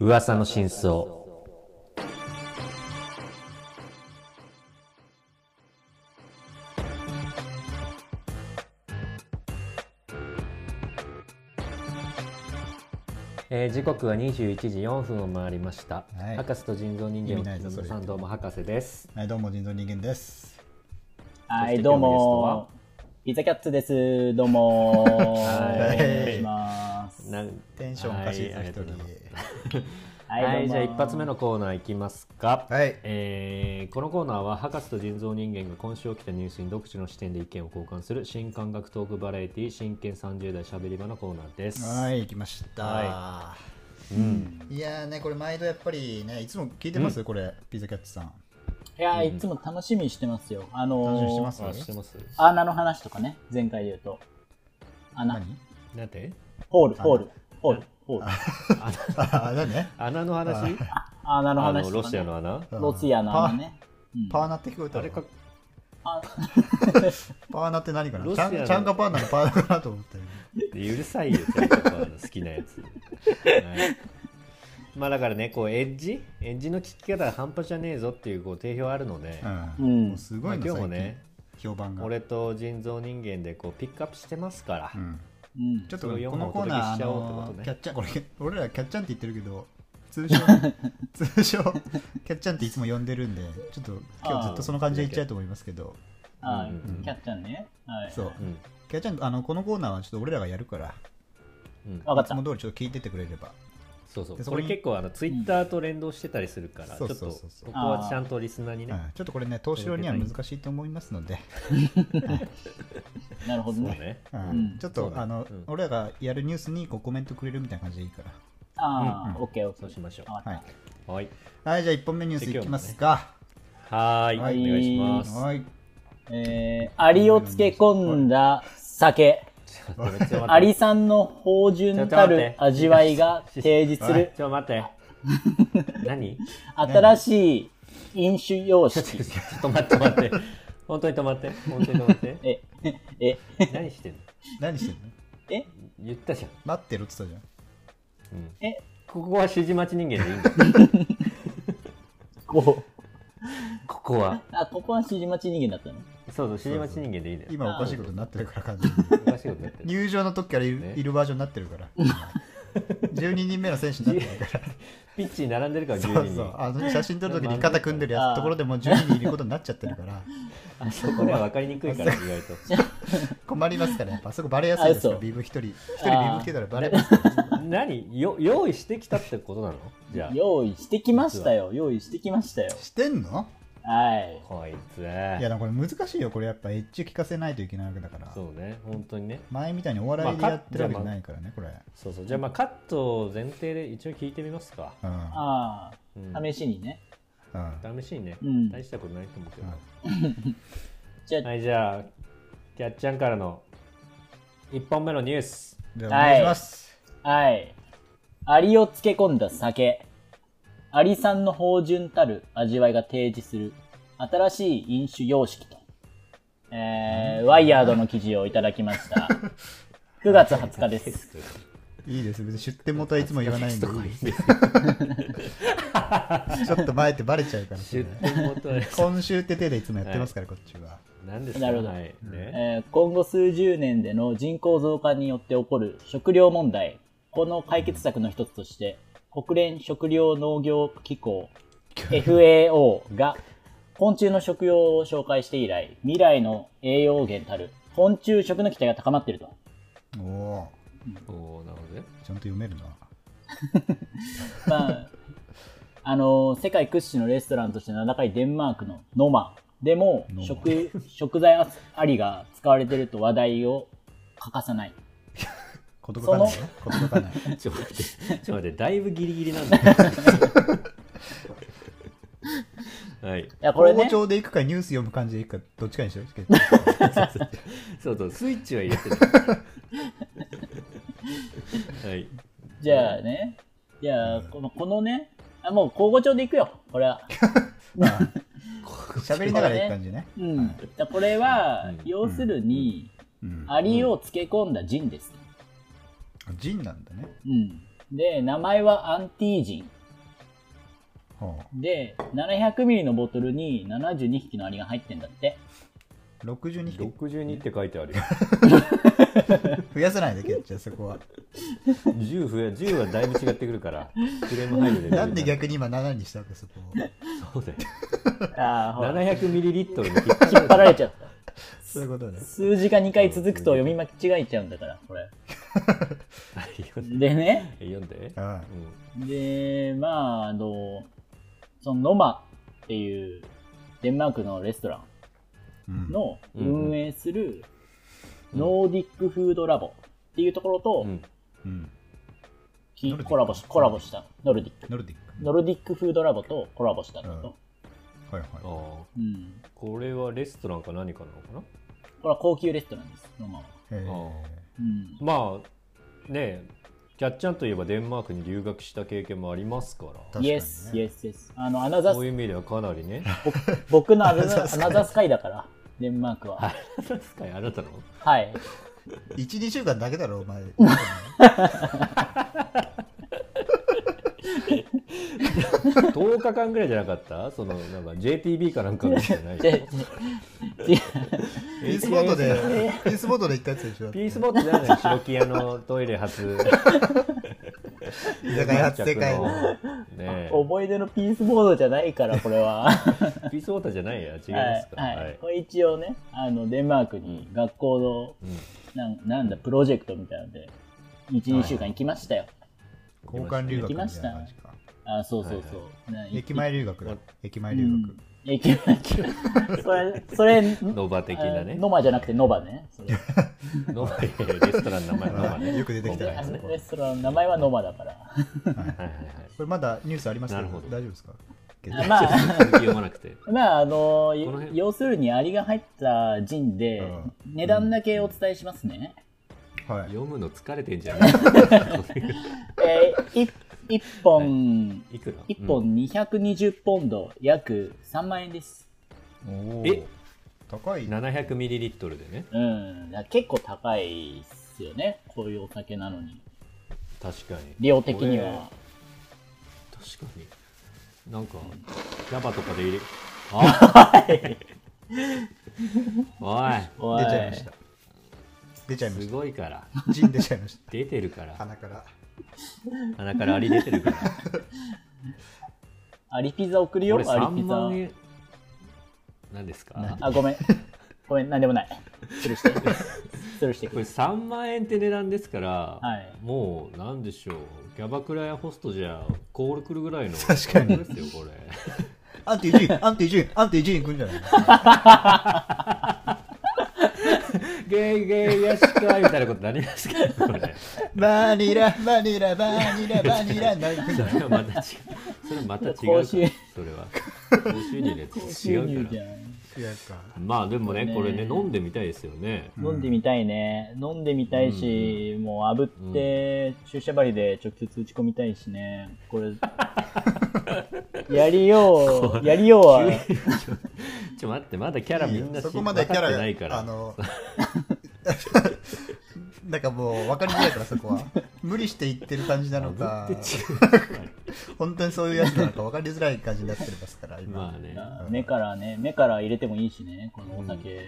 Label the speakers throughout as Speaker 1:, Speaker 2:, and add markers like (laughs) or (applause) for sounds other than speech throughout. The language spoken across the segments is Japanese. Speaker 1: 噂の真相えー時刻は21時4分を回りました、
Speaker 2: はい
Speaker 1: 博士と人造人間
Speaker 2: 意味ない
Speaker 1: を
Speaker 2: ぞそれ
Speaker 1: さんどうも博士です
Speaker 2: はい、どうも人造人間です。
Speaker 1: そ
Speaker 3: は
Speaker 1: して
Speaker 3: い、どう
Speaker 1: 今日の
Speaker 3: も。ピザキャッツです。どうも。
Speaker 1: はい
Speaker 3: お願いします。
Speaker 1: なん
Speaker 2: テンションおかしいぞ
Speaker 1: はいあり
Speaker 2: 一
Speaker 1: がとうございま
Speaker 2: 人。
Speaker 3: は
Speaker 1: はい、
Speaker 3: ど
Speaker 1: じゃ
Speaker 3: う
Speaker 1: あ
Speaker 3: も
Speaker 1: 一発目のコーナーいきますか、
Speaker 2: はい
Speaker 1: えーこのコーナーは博士と人造人間が今週起きたニュースに独自の視点で意見を交換する新感覚トークバラエティ真剣30代しゃべり場のコーナーです
Speaker 2: はい、行きました。、
Speaker 1: はい
Speaker 2: やーね、これ毎度やっぱりね、いつも聞いてます、これ、ピザキャッツさん。
Speaker 3: いや、いつも楽しみにしてますよ。あのー、
Speaker 2: 楽しみにしてま
Speaker 1: あ
Speaker 2: す
Speaker 1: してます
Speaker 3: アーナの話とかね、前回で言うと。穴、
Speaker 2: 何
Speaker 1: なんて
Speaker 3: ホール、
Speaker 2: 穴
Speaker 3: ホール、ホール、ホール。
Speaker 2: あ、何ね
Speaker 1: 穴の話
Speaker 3: アーナの
Speaker 1: あ
Speaker 3: 話
Speaker 1: の
Speaker 3: と
Speaker 1: ロ
Speaker 3: か、
Speaker 1: シア
Speaker 3: ね。
Speaker 1: の穴
Speaker 3: ロシアの穴ね。うん
Speaker 2: パーナって聞こえた
Speaker 1: あれか
Speaker 3: あ
Speaker 2: パーナって何かな
Speaker 1: ロ
Speaker 2: ち
Speaker 1: シア
Speaker 2: ゃ
Speaker 1: の
Speaker 2: んちゃんかパーナのパーナかなと思って。
Speaker 1: うるさいよちゃんとパーナ好きなやつ、はいまあだからねこうエッジエッジの聞き方が半端じゃねえぞっていうこう定評あるので、
Speaker 2: う。
Speaker 3: うんん
Speaker 2: もう。すごい
Speaker 1: まあ今
Speaker 2: の、
Speaker 1: 日も
Speaker 2: 最近
Speaker 1: ね
Speaker 2: 評判が。
Speaker 1: 俺と人造人間でこうピックアップしてますから、
Speaker 2: うん。
Speaker 3: うん
Speaker 2: ちょっと
Speaker 1: そ
Speaker 2: こ
Speaker 1: ういう
Speaker 2: のコーナー、
Speaker 1: 本をお届けしちゃおうってことね
Speaker 2: あのーキャッチャン、これ、俺らキャッチャンって言ってるけど、
Speaker 1: (laughs)
Speaker 2: 通称、通称、キャッチャンっていつも呼んでるんで、ちょっと今日ずっとその感じでいっちゃうと思いますけど、
Speaker 3: はい
Speaker 1: うん
Speaker 3: キャッチャーね。はい。
Speaker 2: そう。
Speaker 1: うん
Speaker 2: キャッチャン、あの、このコーナーはちょっと俺らがやるから、
Speaker 1: うん、
Speaker 3: わか
Speaker 2: い
Speaker 3: っ
Speaker 2: つ
Speaker 3: た
Speaker 2: も。通りちょっと聞いてってくれれば。
Speaker 1: そうそう
Speaker 2: でそ
Speaker 1: こ
Speaker 2: こ
Speaker 1: れ
Speaker 2: に
Speaker 1: 結構あのツイッターと連動してたりするから、
Speaker 2: そう
Speaker 1: ちょっと
Speaker 2: そう
Speaker 1: こ
Speaker 2: そうそう
Speaker 1: こはちゃんとリスナーに
Speaker 2: う
Speaker 1: ね、
Speaker 2: んちょっとこれね、投資論には難しいと思いますので、
Speaker 3: なるほど
Speaker 1: そう
Speaker 3: ね。
Speaker 1: ね
Speaker 2: うん
Speaker 3: うん
Speaker 2: ちょっ
Speaker 1: そう
Speaker 2: と、
Speaker 1: ね
Speaker 2: あの
Speaker 1: うん、
Speaker 2: 俺らがやるニュースにこうコメントくれるみたいな感じでいいから。
Speaker 3: あ
Speaker 2: う
Speaker 3: あ、
Speaker 2: ん
Speaker 3: オッケー、オッケ
Speaker 1: そうし
Speaker 3: ー。
Speaker 1: ましょ
Speaker 3: わかっ
Speaker 2: はい。
Speaker 1: うはい
Speaker 2: はい、じゃあ1本目ニュースいきますか。
Speaker 1: はーい
Speaker 2: はい
Speaker 1: お願いします
Speaker 2: はい。
Speaker 3: たえー、アリを漬け込んだ酒。
Speaker 1: ちょっと待って
Speaker 3: アリさんの芳醇たる味わいが提示する
Speaker 1: ちょっと待って
Speaker 2: (laughs)
Speaker 1: 何ち
Speaker 3: 新しい飲酒
Speaker 1: (laughs)
Speaker 3: 様式。
Speaker 1: ょっと待って待って本当に止まって本当に止ま
Speaker 2: (laughs)
Speaker 1: って
Speaker 3: え、え、
Speaker 1: 何してんの
Speaker 2: 何してんの
Speaker 3: え、
Speaker 1: 言ったじゃん、
Speaker 2: 待ってろって言ったじ
Speaker 1: うん、
Speaker 3: え、
Speaker 1: ここは指示待ち人間でいいん
Speaker 2: (laughs)
Speaker 1: だ
Speaker 3: こう。
Speaker 1: ここは
Speaker 3: あ、ここは指示待ち人間だったの
Speaker 1: そうそう指示待ち人間でいいんだ
Speaker 2: ゃん。
Speaker 1: よ
Speaker 2: 今おかしいことになってるから、完全に。
Speaker 1: おかしいことになってる
Speaker 2: 入場の時からいる,、
Speaker 1: ね
Speaker 2: いるバージョンになってる
Speaker 1: (laughs)
Speaker 2: から12人目の選手になってるから
Speaker 1: ピッチに並んでるから
Speaker 2: そ
Speaker 1: 12
Speaker 2: う
Speaker 1: 人
Speaker 2: そうあの写真撮る時に肩組んでるや
Speaker 3: あ
Speaker 2: つ
Speaker 3: ー
Speaker 2: ところでもう12人いることになっちゃってるから
Speaker 1: あそこでは分かりにくいから意外と
Speaker 2: 困りますか
Speaker 1: (laughs)
Speaker 2: らやっぱあそこバレやすいですか
Speaker 3: あ
Speaker 2: ら
Speaker 3: そう
Speaker 2: ビブ一人一人ビ
Speaker 3: あー
Speaker 2: ブつけたらバレますから
Speaker 1: 何よ用意してきたってことなのじゃあ
Speaker 3: 用意してきましたよ。用意してきましたよ。
Speaker 2: してんの
Speaker 3: はい。
Speaker 1: こいつ
Speaker 2: いやでもこれ難しいよこれやっぱエッジ聞かせないといけないわけだから
Speaker 1: そうね本当にね
Speaker 2: 前みたいにお笑いで
Speaker 1: まあ
Speaker 2: やってるわけじ
Speaker 1: か
Speaker 2: ゃないからねこれ、
Speaker 1: そうそうじゃあまあカットを前提で一応聞いてみますか、
Speaker 2: うん
Speaker 3: あ
Speaker 1: うん
Speaker 3: あ、試しにね。
Speaker 2: うん
Speaker 1: 試しにね、
Speaker 3: うん
Speaker 1: 大したことないと思うけど、
Speaker 3: じゃあ、
Speaker 1: はいじゃあキャッチャンからの1本目のニュース
Speaker 2: じゃあお願いします、
Speaker 3: はい。アリを漬け込んだ酒。アリさんの芳醇たる味わいが提示する新しい飲酒様式と、えー、ワイヤードの記事をいただきました。9月20日です。
Speaker 2: い、いです別に出店元はいつも言わない
Speaker 1: (laughs)
Speaker 2: んでいいです
Speaker 1: 出
Speaker 2: ちょっと前ってバレちゃうから
Speaker 1: (laughs) 店元へ
Speaker 2: 今週って手でいつもやってますから、こっちは。
Speaker 1: 何ですか
Speaker 3: なるほど
Speaker 1: はいね
Speaker 3: えー今後数十年での人口増加によって起こる食糧問題。この解決策の一つとして、国連食糧農業機構 FAO が昆虫の食用を紹介して以来、未来の栄養源たる昆虫食の期待が高まっていると。
Speaker 2: おお
Speaker 1: おおーなるほどね
Speaker 2: ー、ちゃんと読めるな。
Speaker 3: ま
Speaker 2: (laughs)
Speaker 3: あ、あの世界屈指のレストランとして名高いデンマークのノマでも
Speaker 2: ノマ
Speaker 3: 食食材ありが使われてると話題を欠かさない。
Speaker 2: ことかないよ。ことかない。
Speaker 1: ちょっと待ってちょっと待ってだいぶギリギリなんだけどはい
Speaker 3: いやこれ
Speaker 2: 包
Speaker 3: ね、
Speaker 2: 丁でいくか、ニュース読む感じでいくか、どっちかにしよう。
Speaker 1: (laughs) そうそう、スイッチは入れ (laughs) てない。はい。
Speaker 3: じゃあね、じゃあこのこのね、あもう交互調でいくよ、これは。
Speaker 2: 喋りながらいく感じね。
Speaker 3: うん、じゃあこれは、
Speaker 1: うん
Speaker 3: 要するに、
Speaker 2: うん。
Speaker 3: アリを漬け込んだジンです。
Speaker 2: ジンなんだね。
Speaker 3: うん、で、名前はアンティージ
Speaker 2: ほ
Speaker 3: ン。で、700ミリのボトルに72匹のアリが入ってんだって。
Speaker 2: う62匹
Speaker 1: 62って書いてあるよ。
Speaker 2: 増やさないでケッチャンそこは
Speaker 1: 10増え、10はだいぶ違ってくるから、クレーム入るで。
Speaker 2: (laughs) なんで逆に今7にしたわけそこ
Speaker 1: そ
Speaker 2: を
Speaker 1: うだよ。
Speaker 3: (laughs) ああ、ほら、引っ
Speaker 1: 700ミリリットルに引っ
Speaker 3: 張られちゃった。
Speaker 2: そういうことね
Speaker 3: 数字が2回続くと読み間違えちゃうんだから、これ。
Speaker 1: 読んで。
Speaker 3: でね、
Speaker 1: 読んで。
Speaker 2: う
Speaker 1: うん
Speaker 2: ん
Speaker 3: で、まあ、あの、そのノマっていうデンマークのレストラ
Speaker 2: うん
Speaker 3: ンの運営するノーディックフードラボっていうところと
Speaker 1: うん。
Speaker 2: うん
Speaker 3: き
Speaker 2: ノルディック
Speaker 3: コラボしコラボした、ノルディック。
Speaker 2: ノルディッ
Speaker 3: ノルディックフードラボとコラボしたんだと。
Speaker 2: クはい
Speaker 1: あ
Speaker 2: は
Speaker 1: あ。
Speaker 3: うん。
Speaker 1: これはレストランか何かなのかな
Speaker 3: これは高級レストランです、ノマは。
Speaker 2: いへー
Speaker 3: うん。
Speaker 1: まあ、ねえ、キャッチャンといえばデンマークに留学した経験もありますから。
Speaker 2: 確かに
Speaker 3: イ
Speaker 2: ね
Speaker 3: エス、イエス、イエス。あの、アナザ
Speaker 1: そう
Speaker 3: ー
Speaker 1: いう意味ではかなり (laughs) ね。
Speaker 3: ス、僕のアナ
Speaker 2: アナザー (laughs)
Speaker 3: ザース
Speaker 2: ス
Speaker 3: アナザースカイだから、デンマークは。
Speaker 1: 確かにあなたの
Speaker 3: はい。
Speaker 2: 12週間だけだろお前
Speaker 1: 10日間ぐらいじゃなかったそのなんか JTB かなんかのじゃない
Speaker 3: じゃじゃ
Speaker 2: ピースボートでピースボートで行ったやつでしょ
Speaker 1: ピースボートじゃない白木屋のトイレ初
Speaker 2: 居酒屋初世界の
Speaker 1: ねえ
Speaker 3: 思い出のピースボードじゃないから、これは。は
Speaker 1: ピースボートじゃないや違います
Speaker 3: い。
Speaker 1: か
Speaker 3: はい。これ一応ね、あの、デンマークに学校
Speaker 1: うん
Speaker 3: の、なんなんだ、プロジェクトみたいなので、1、2週間行きましたよ。
Speaker 2: 交換留学みたいな感じか
Speaker 3: あ、そうそうそう。ね
Speaker 2: 駅前留学だ駅前
Speaker 3: う
Speaker 2: 留学
Speaker 3: ん駅前留学。 (laughs) それ、それ、
Speaker 1: ノバ的なね
Speaker 3: あノマじゃなくてノバね。そ
Speaker 1: (laughs)
Speaker 3: れ
Speaker 1: ノバレストランの名前ノバね
Speaker 2: よく出てきたね
Speaker 1: は
Speaker 3: あ
Speaker 1: い
Speaker 3: のレストランの名前はノマだから。
Speaker 1: はいはい
Speaker 2: これまだニュースありますけど
Speaker 1: なるほど
Speaker 2: 大丈夫ですかケッチャ
Speaker 3: あ
Speaker 2: ン
Speaker 3: まあ、
Speaker 1: 続き読まなくて
Speaker 3: (laughs) まあ、あの、
Speaker 1: この辺
Speaker 3: 要するにアリが入ったジンで
Speaker 2: うん、
Speaker 3: 値段だけお伝えしますね。
Speaker 2: はい
Speaker 1: 読むの疲れてんじゃ
Speaker 3: (laughs)
Speaker 1: ない
Speaker 3: えー、1本、
Speaker 1: いくら
Speaker 3: 一本220ポンド、約3万円です。
Speaker 2: お
Speaker 1: え
Speaker 2: ー高い
Speaker 1: 7 0 0トルでね
Speaker 3: うん、だから結構高いっすよね。こういうお酒なのに。
Speaker 1: 確かに
Speaker 3: 量的には。
Speaker 1: これ確かになんかヤバとかで入れあおい
Speaker 3: お
Speaker 2: 出ちゃいました出ちゃいますし
Speaker 1: ごいから
Speaker 2: たジン出ちゃいまし
Speaker 1: 出てるか
Speaker 2: た
Speaker 1: ら
Speaker 2: 鼻から
Speaker 1: 鼻からアリ出てるから
Speaker 3: アリピザ送るよ、
Speaker 1: 俺
Speaker 3: アリ
Speaker 1: 3
Speaker 3: ピザ。
Speaker 1: 万円何ですか
Speaker 2: 何
Speaker 3: あ、ごめん。ごめん、なんでもない。スルーして。スルーして
Speaker 1: こ
Speaker 3: く
Speaker 1: れ
Speaker 3: る。
Speaker 1: 3万円って値段ですから、
Speaker 3: はい
Speaker 1: もうなんでしょうキャバクラやホストじゃコールくるぐらいの
Speaker 2: 確かに
Speaker 1: 価格ですよこ
Speaker 2: アンティジンアンティジンアンティジンくんじゃない
Speaker 1: れゲイゲイヤシカみたいなことになりますけどこれ
Speaker 2: バニラバニラバニ (laughs) ラバニラなんか
Speaker 1: それはまた違うそれはまた違うから
Speaker 3: 高収入
Speaker 1: それは高収入のやつと
Speaker 3: 収
Speaker 1: 違う
Speaker 3: 入
Speaker 1: か
Speaker 3: じ
Speaker 1: ら
Speaker 3: ゃない。
Speaker 2: 違うか
Speaker 1: まあでもね
Speaker 3: ね
Speaker 1: これね飲んでみたいですよね
Speaker 3: 飲んでみたいね。飲んでみたいし、もう炙って、注射針で直接打ち込みたいしね。これ、やりよう、やりようは、
Speaker 1: ちょ待ってまだキャラみんな
Speaker 2: そ
Speaker 1: 知
Speaker 2: こまでキ
Speaker 1: 分
Speaker 2: ャ
Speaker 1: か
Speaker 2: ラ
Speaker 1: ってないから
Speaker 2: あの (laughs) なんかもう分かりづらいからそこは無理して言ってる感じなのか本当にそういうやつなのか分かりづらい感じになってますから今、
Speaker 1: まあね
Speaker 3: 目からね、目から入れてもいいしね、このお酒、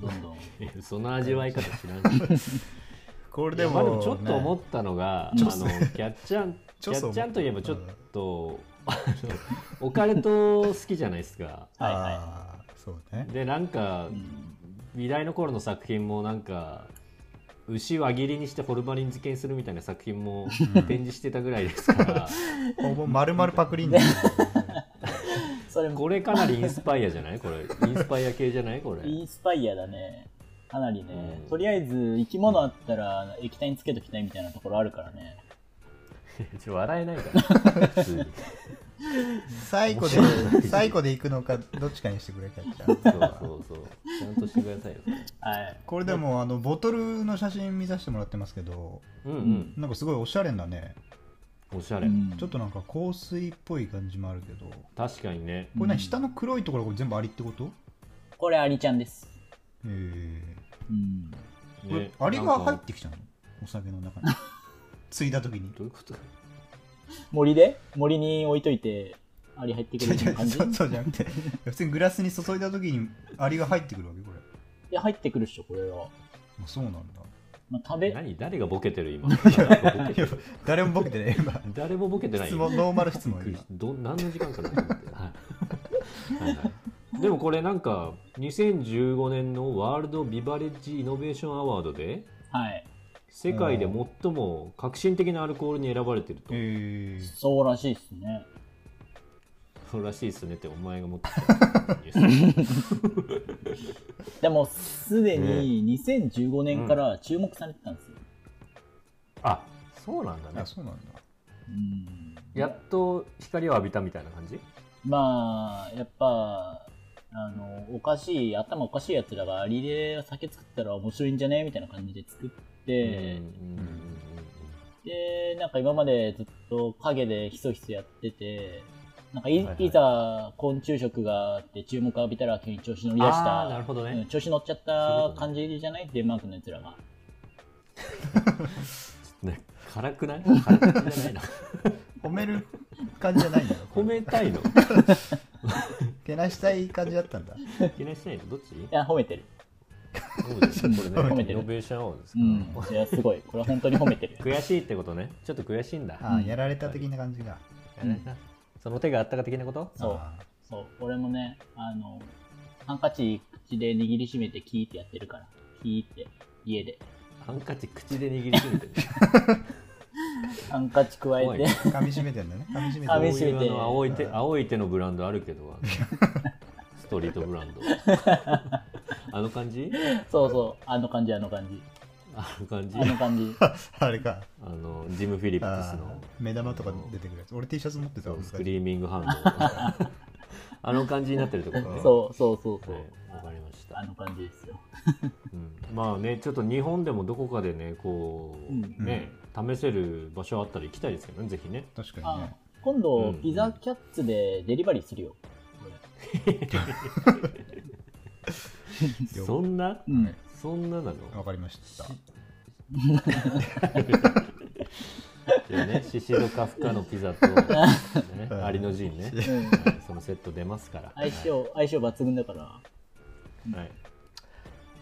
Speaker 3: どんどん。
Speaker 1: その味わい方知らんし
Speaker 2: これ
Speaker 1: い
Speaker 2: (laughs) で
Speaker 1: や
Speaker 2: も,、
Speaker 1: まあでもちょっと思ったのが、あのキャッチャンキ
Speaker 2: ちょ
Speaker 1: ャ
Speaker 2: っと思
Speaker 1: ッ
Speaker 2: っ
Speaker 1: チ
Speaker 2: た
Speaker 1: ャンといえばちょっと、あのオカルト好きじゃないですか
Speaker 3: はいはい
Speaker 2: ああそうね
Speaker 1: でなんか美大の頃の作品もなんか牛輪切りにしてホルマリン漬けにするみたいな作品も展示してたぐらいです (laughs) から、
Speaker 2: ほぼ丸々パクリンだよ
Speaker 3: それも、
Speaker 1: これかなりインスパイアじゃないこれインスパイア系じゃないこれ
Speaker 3: インスパイアだね。かなりね
Speaker 1: う。ん
Speaker 3: とりあえず、生き物あったら液体につけときたいみたいなところあるからね。
Speaker 1: ちょ笑えないから普通に
Speaker 2: 最後で最後で行くのかどっちかにしてくれキャッチャ
Speaker 1: そう
Speaker 2: ー
Speaker 1: そうそうちゃんとしてくださいよそれ
Speaker 3: はい。
Speaker 2: これでもあのボトルの写真見させてもらってますけど
Speaker 1: うん
Speaker 2: なんかすごいおしゃれなね
Speaker 1: うんおしゃれ、
Speaker 3: うん
Speaker 2: ちょっとなんか香水っぽい感じもあるけど
Speaker 1: 確かにね
Speaker 2: これね、
Speaker 3: うん
Speaker 2: 下の黒いところが全部アリってこと
Speaker 3: これ、アリちゃんです。
Speaker 2: え
Speaker 3: うん。
Speaker 2: えこれ
Speaker 1: ね
Speaker 2: アリ
Speaker 1: な
Speaker 2: が
Speaker 1: んか (laughs)
Speaker 2: 入ってきちゃうのお酒の中についだ時に
Speaker 1: どういうこと
Speaker 3: 森で森に置いといて、アリ入ってくるみたいな感
Speaker 2: (laughs)
Speaker 3: じい
Speaker 2: そうそうじゃなくて普通にグラスに注いだ時にアリが入ってくるわけこれ
Speaker 3: や、入ってくるっしょ、これは。
Speaker 2: あそうなんだ
Speaker 3: まあ、食べ、
Speaker 1: 何誰がボケてる今
Speaker 2: いや誰もボケてね今
Speaker 1: 誰もボケてない
Speaker 2: 質
Speaker 1: 今
Speaker 2: 問ノーマル質問
Speaker 1: びっくり
Speaker 2: 今
Speaker 1: したど何の時間かなと思
Speaker 2: (laughs)
Speaker 1: ってはいはいはいでもこれなんか2015年のワールドビバレッジイノベーションアワードで
Speaker 3: はい。
Speaker 1: 世界で最も革新的なアルコールに選ばれてると、
Speaker 2: えー
Speaker 3: そうらしいですね。
Speaker 1: そうらしいっすねってお前が持ってきたニ
Speaker 2: (laughs)
Speaker 1: ュース
Speaker 3: でも、すでに2015年から注目されてたんですよ。
Speaker 1: あそうなんだね
Speaker 2: あそうなんだ
Speaker 3: うん。
Speaker 1: やっと光を浴びたみたいな感じ
Speaker 3: まあ、やっぱ、あの、おかしい、頭おかしいやつらがアリで酒作ったら面白いんじゃねみたいな感じで作って、
Speaker 1: うんうんうんうん
Speaker 3: で、なんか今までずっと影でひそひそやってて、なんかい,、
Speaker 1: はいはい
Speaker 3: ざ昆虫食があって注目浴びたら急に調子乗り出し
Speaker 1: あーな
Speaker 3: た
Speaker 1: る、ほどね、
Speaker 3: うん調子乗っちゃった感じじゃないデンマークのやつらが。
Speaker 1: ね辛く
Speaker 3: (laughs)
Speaker 1: ない辛くじゃないな
Speaker 2: 褒める感じじゃないんだよ
Speaker 1: 褒めたいの
Speaker 2: けなしたい感じだったんだ
Speaker 1: 気にしないのどっち
Speaker 3: いや、褒めてる。
Speaker 1: そうですねこれね
Speaker 3: 褒めて
Speaker 1: イ
Speaker 3: る
Speaker 1: ノベーションアワードです
Speaker 3: う
Speaker 1: から、
Speaker 3: ん。
Speaker 1: (laughs)
Speaker 3: いや、すごい。これは本当に褒めてる。
Speaker 1: 悔しいってことねちょっと悔しいんだ
Speaker 2: ああやられた的な感じが
Speaker 3: うん
Speaker 1: その手があったか的なこと
Speaker 3: そう
Speaker 2: あ
Speaker 3: そう、俺もね、あの、ハンカチ口で握りしめてキーってやってるから。キーって、家で。
Speaker 1: ハンカチ口で握りしめてる
Speaker 3: ハンカチ加え
Speaker 1: 怖い
Speaker 3: て
Speaker 1: ね、
Speaker 2: ー噛み締めてんだね噛み締
Speaker 3: 噛
Speaker 2: め
Speaker 3: み
Speaker 2: て
Speaker 3: 締
Speaker 2: る
Speaker 1: こういうあの (laughs) 青い手青い手のブランドあるけ (laughs) どあのストリートブランドあの感じ
Speaker 3: (laughs) そうそう、あの感じ、あの感じ。
Speaker 1: あの感じ
Speaker 3: あの感じ。
Speaker 2: あれか
Speaker 1: あのジム・フィリップス
Speaker 2: あ
Speaker 1: の
Speaker 2: ー目玉とか出てくるやつ俺 T シャツ持ってたわ
Speaker 1: スクリーミングハンド (laughs) あの感じになってるところ (laughs) ね
Speaker 3: そうそうそうそう。
Speaker 1: はいわかりました
Speaker 3: あの感じですよ。
Speaker 1: うんまあねちょっと日本でもどこかでねこう、
Speaker 3: うん
Speaker 1: ね試せる場所あったら行きたいですけどねぜひね
Speaker 2: 確かに
Speaker 3: あ
Speaker 2: ね
Speaker 3: 今
Speaker 1: う
Speaker 3: 度
Speaker 1: ん、
Speaker 3: ピザキャッツでデリバリーするよ。
Speaker 2: 了解
Speaker 1: そんな
Speaker 3: うん。
Speaker 1: そんななの
Speaker 2: わかりました
Speaker 1: じゃあ (laughs) ねシシドカフカのピザと、ね、アリのジンね、 (laughs) はい
Speaker 3: うん
Speaker 1: そのセット出ますから
Speaker 3: 相性、相性抜群だから。
Speaker 1: はい、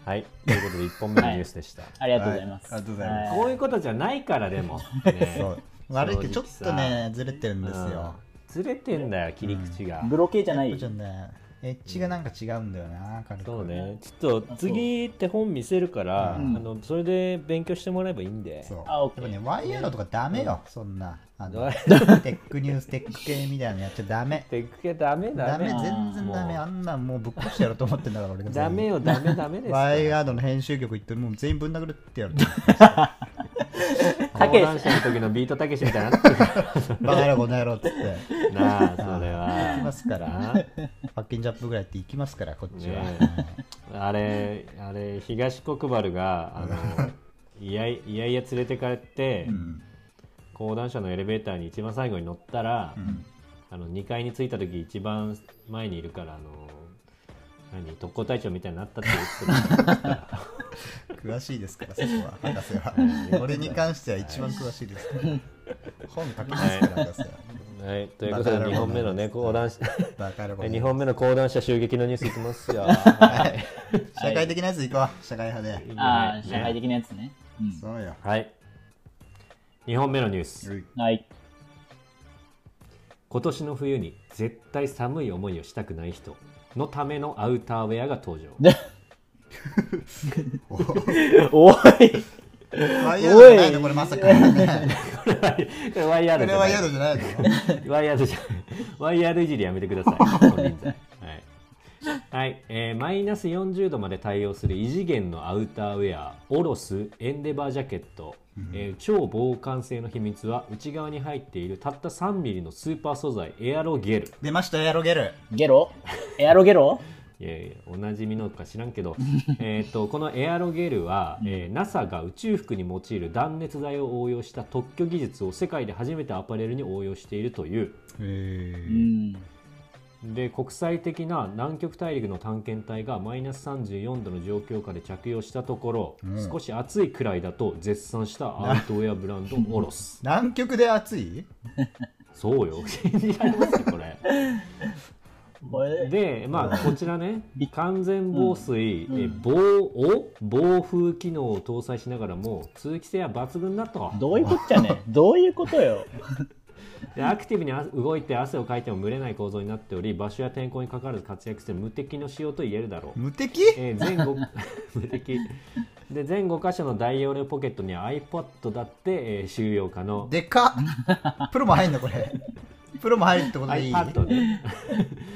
Speaker 1: はい、ということで1本目のニュースでした、
Speaker 3: ありがとうございます。
Speaker 2: はいありがとうございます
Speaker 1: こういうことじゃないからでも、ね
Speaker 2: (laughs) そう悪いけどちょっとねずれてるん
Speaker 1: う
Speaker 2: で
Speaker 1: ん
Speaker 2: すよ
Speaker 1: ずれてんだよ切り口が、
Speaker 3: ブロケじゃな
Speaker 2: ちょ
Speaker 3: い
Speaker 2: っとねエッジがなんか違うんだよな軽く
Speaker 1: そうねちょっと次って本見せるからあ
Speaker 2: うん
Speaker 1: のそれで勉強してもらえばいいんで
Speaker 2: そう
Speaker 3: あオッケー
Speaker 2: やっぱねワイヤーのとかダメよそんなあの
Speaker 1: ワイ
Speaker 2: テックニューステック系みたいなのやっちゃダメ
Speaker 1: てっけダメ
Speaker 2: ダ
Speaker 1: ダ
Speaker 2: メ
Speaker 1: メ
Speaker 2: 全然ダメ
Speaker 1: もう
Speaker 2: あんなんもうぶっ壊してやろうと思ってんだから俺が
Speaker 1: ダメよダメダメです
Speaker 2: ワイ
Speaker 1: よ
Speaker 2: ヤードの編集局行ってもう全員ぶん殴るっ
Speaker 1: (laughs)
Speaker 2: てやる
Speaker 1: 講談社の時のビートたけしみたいになってるか
Speaker 2: バカ野郎この野郎っつって
Speaker 1: ら (laughs) なあ (laughs) それ (laughs)
Speaker 2: 行きま
Speaker 1: は
Speaker 2: すから
Speaker 1: な
Speaker 2: パッケンジャップぐらいって行きますからこっちは、
Speaker 1: ねあれあれ東国原があ
Speaker 2: (laughs)
Speaker 1: のいやいいやいや連れてかれて
Speaker 2: うん
Speaker 1: 講談社のエレベーターに一番最後に乗ったら
Speaker 2: うん
Speaker 1: あの2階に着いた時一番前にいるからあの何特攻隊長みたいになったって言ってた
Speaker 2: 詳しいですからそこは博士は
Speaker 1: はい
Speaker 2: 俺に関しては一番詳しいですから本書きますから博士は
Speaker 1: (laughs) はい、ということで
Speaker 2: バカ野郎
Speaker 1: 2本目のね講談社
Speaker 2: バカ野郎この野郎
Speaker 1: 2本目の講談社襲撃のニュースいきますよ。は
Speaker 2: 社会的なやつ行こう社会派
Speaker 1: い
Speaker 2: で
Speaker 3: ああ、
Speaker 1: ね
Speaker 3: 社会的なやつね。うん
Speaker 2: そうよ
Speaker 1: はい。2本目のニュース。
Speaker 3: はい。
Speaker 1: 今年の冬に絶対寒い思いをしたくない人のためのアウターウェアが登場。 (laughs)
Speaker 2: おお
Speaker 3: おい
Speaker 2: ワイヤードじゃないのこれまさかね
Speaker 1: これワイヤード
Speaker 2: これ
Speaker 1: じゃ
Speaker 2: ワ
Speaker 1: な
Speaker 2: イ
Speaker 1: い
Speaker 2: ヤードじゃないの
Speaker 1: ワイヤードじゃない。ワイヤードいじりやめてください。ごめんなさいはい。はい、えーマイナス40度まで対応する異次元のアウターウェア、オロスエンデバージャケット、えー超防寒性の秘密は内側に入っているたった3ミリのスーパー素材エアロゲル。
Speaker 2: 出ましたエアロゲル
Speaker 3: ゲロエアロゲロ
Speaker 1: いやいやおなじみのか知らんけど (laughs) えーとこのエアロゲルは、えー NASA が宇宙服に用いる断熱材を応用した特許技術を世界で初めてアパレルに応用しているという
Speaker 2: へ
Speaker 3: うん。
Speaker 1: で国際的な南極大陸の探検隊がマイナス34度の状況下で着用したところ、
Speaker 2: うん
Speaker 1: 少し暑いくらいだと絶賛したアウトウェアブランドオロス (laughs)
Speaker 2: 南極で暑い
Speaker 1: そうよ (laughs) 信じられますよこれ
Speaker 3: これ、
Speaker 1: でまあこちらね
Speaker 3: び
Speaker 1: 完全防水、
Speaker 3: うん
Speaker 1: え防を防風機能を搭載しながらも通気性は抜群だと
Speaker 3: どういうこっち
Speaker 1: (laughs)
Speaker 3: ゃね。どういうことよ。
Speaker 1: でアクティブにあ動いて汗をかいても蒸れない構造になっており場所や天候にかかわらず活躍する無敵の仕様と言えるだろう
Speaker 2: 無敵
Speaker 1: えー全5 (laughs) 無敵で全5箇所の大容量ポケットには iPod だって、えー収容可能
Speaker 2: でかっプロも入んのこれプロも入るってことでいい
Speaker 1: iPad で、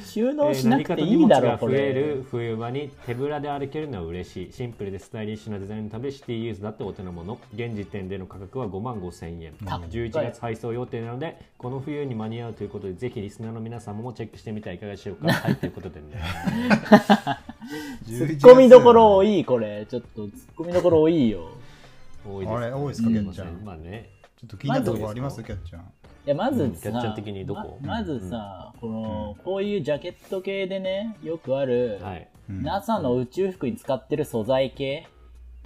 Speaker 3: 収
Speaker 1: え
Speaker 3: 納
Speaker 1: ー
Speaker 3: しな
Speaker 1: 何
Speaker 3: く
Speaker 1: か
Speaker 3: て
Speaker 1: と
Speaker 3: い
Speaker 1: 荷
Speaker 3: い
Speaker 1: 物
Speaker 3: だろ、
Speaker 1: が
Speaker 3: こ
Speaker 1: 増え
Speaker 3: れ。
Speaker 1: る冬場に手ぶらで歩けるのは嬉しいシンプルでスタイリッシュなデザインのためシティユースだってお手のもの現時点での価格は5万5千円
Speaker 3: 高い
Speaker 1: 11月配送予定なのでこの冬に間に合うということでぜひリスナーの皆様もチェックしてみてはいかがでしょうかはいということでね
Speaker 3: ツッコミどころ多
Speaker 2: い
Speaker 3: い、これ。ちょっと、ツッコミどころ多いよ。
Speaker 1: 多いです
Speaker 2: あれ多いです
Speaker 1: ねす
Speaker 2: かケ
Speaker 1: い
Speaker 2: ン
Speaker 1: ま
Speaker 2: ち
Speaker 1: せ
Speaker 2: ゃん
Speaker 1: んまあね
Speaker 2: ちょっと気になるところありますキャッチャン
Speaker 3: いや、まず
Speaker 1: うんキャッチャ
Speaker 3: さ
Speaker 1: ー、的にどこ
Speaker 3: ままずさ、この、こういうジャケット系でね、よくある、
Speaker 1: はい
Speaker 2: うん
Speaker 3: NASA の宇宙服に使ってる素材系、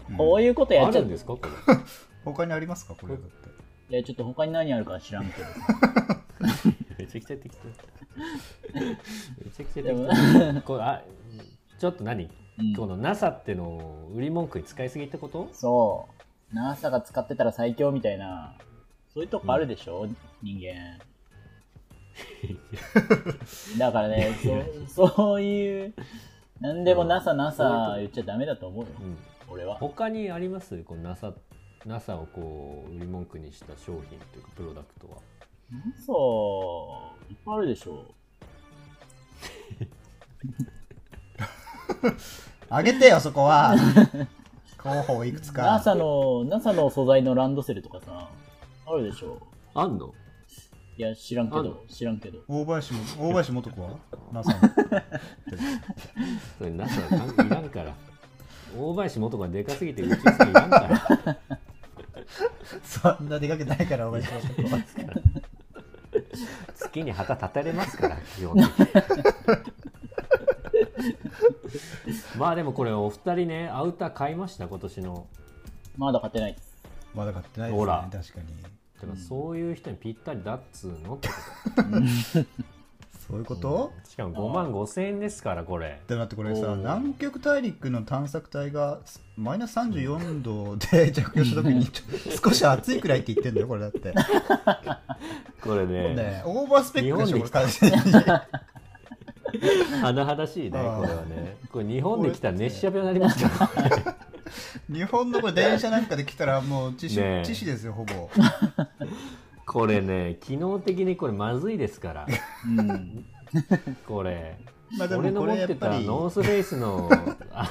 Speaker 2: うん
Speaker 3: こういうことや
Speaker 1: あ
Speaker 3: っちゃ
Speaker 1: る
Speaker 3: っ
Speaker 1: ん
Speaker 3: て
Speaker 1: で、すかこれ
Speaker 2: 他にありますかこれだって
Speaker 3: いやちょっと他に何あるか知らんけど。
Speaker 1: めちゃくちゃ適当。めちゃくちゃ
Speaker 3: でも
Speaker 1: 適当。 (laughs) これあちょっと何、
Speaker 3: うん
Speaker 1: この NASA ってのを売り文句に使いすぎってこと
Speaker 3: そう。NASA が使ってたら最強みたいな、そういうとこあるでしょ、人間。だからね、そうそういう、なんでも NASA、NASA 言っちゃダメだと思うよ、
Speaker 1: うん、
Speaker 3: 俺は。
Speaker 1: 他にありますこの NASA, NASA をこう売り文句にした商品というかプロダクトは。
Speaker 3: そう、いっぱいあるでしょ。
Speaker 2: あげてよそこは候補いくつか
Speaker 3: NASA の、NASA の素材のランドセルとかさ、あるでしょ。
Speaker 1: あんの
Speaker 3: いや、知らんけ
Speaker 1: ある
Speaker 3: ど、知らんけど。
Speaker 2: 大林も大林元子は NASA の
Speaker 1: それ NASA 関係いらん (laughs) から。大林元子がでかすぎて宇宙船いらんから。
Speaker 2: そんな出かけてないから大林元子は
Speaker 1: 月に旗立たれますから、基本的に (laughs) まあでもこれお二人ね、アウター買いました、今年の。
Speaker 3: まだ買ってないです。
Speaker 2: まだ買ってないです
Speaker 1: ほ
Speaker 2: ね
Speaker 1: ら
Speaker 2: 確かに
Speaker 1: だからそういう人にぴったりだっつうのって
Speaker 2: そういうこと
Speaker 1: しかも5万5千円ですからこれ
Speaker 2: でもだってこれ
Speaker 1: お
Speaker 2: さ
Speaker 1: ー
Speaker 2: 南極大陸の探索隊がマイナス34度で着用した時にちょ少し暑いくらいって言ってんだよこれだって
Speaker 1: これ
Speaker 2: もう
Speaker 1: ね
Speaker 2: ねオーバースペックでしょこれ
Speaker 1: 日本
Speaker 2: 完全
Speaker 1: (laughs)
Speaker 2: に
Speaker 1: 甚だしいね
Speaker 2: あー
Speaker 1: これはねこれ日本で来たら熱射病になりますから
Speaker 2: 日本のこれ電車なんかで来たらもう致死
Speaker 1: ねえ
Speaker 2: 致死ですよ
Speaker 1: (laughs)
Speaker 2: ほぼ
Speaker 1: これね機能的にこれまずいです
Speaker 2: (laughs)
Speaker 1: から
Speaker 3: (laughs) うん。
Speaker 1: これ
Speaker 2: まあでも
Speaker 1: 俺の
Speaker 2: こ
Speaker 1: 持
Speaker 2: れや
Speaker 1: っ
Speaker 2: ってぱ
Speaker 1: た
Speaker 2: り
Speaker 1: ノースフェイス
Speaker 2: (laughs)
Speaker 1: のあ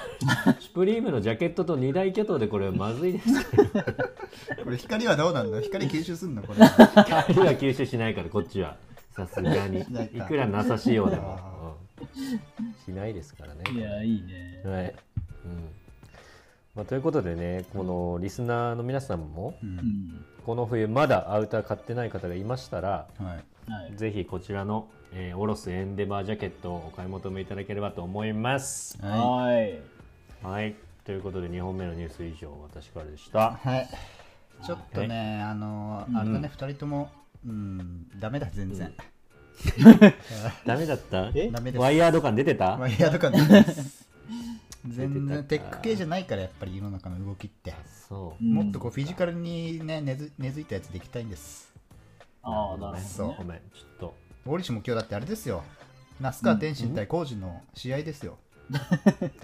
Speaker 1: シュプリームのジャケットと二大巨頭でこれまずいですか
Speaker 2: これ光はどうなんだ光吸収すんの
Speaker 1: (laughs)
Speaker 2: これ (laughs)
Speaker 1: ら光は吸収しないからこっちはさすがにい
Speaker 2: ないか
Speaker 1: くら NASA 仕様で
Speaker 2: あ
Speaker 1: も、うんしないですからね
Speaker 3: いや、いいね。
Speaker 1: はい。うん。まあ、ということでね、このリスナーの皆さんも、
Speaker 2: う
Speaker 3: うんん。
Speaker 1: この冬まだアウター買ってない方がいましたら、
Speaker 2: はい
Speaker 3: はい。
Speaker 1: ぜひこちらの、えー、オロスエンデバージャケットをお買い求めいただければと思います。
Speaker 2: は
Speaker 3: はい。
Speaker 1: はい。ということで、2本目のニュース以上、私からでした。
Speaker 2: い、はい、ちょっとねあのあれだね2人ともうんダメだ全然
Speaker 1: ダメだったえ
Speaker 2: ダメです
Speaker 1: ワイヤード感出てた
Speaker 2: ワイヤーとかね全
Speaker 1: 出
Speaker 2: 然
Speaker 1: て
Speaker 2: テ
Speaker 1: た
Speaker 2: ッ
Speaker 1: か
Speaker 2: ク系じゃないからやっぱり世の中の動きって
Speaker 1: そうう。
Speaker 3: ん
Speaker 2: もっとこうフィジカルにね根付根付いたやつでいきたいんです
Speaker 3: ああ、なる
Speaker 2: そ
Speaker 3: ほど、
Speaker 1: ご。
Speaker 2: う
Speaker 3: ね
Speaker 1: めん、ちょっと。
Speaker 2: オリシも今日だってあれですよ那須川天心対工事の試合ですよ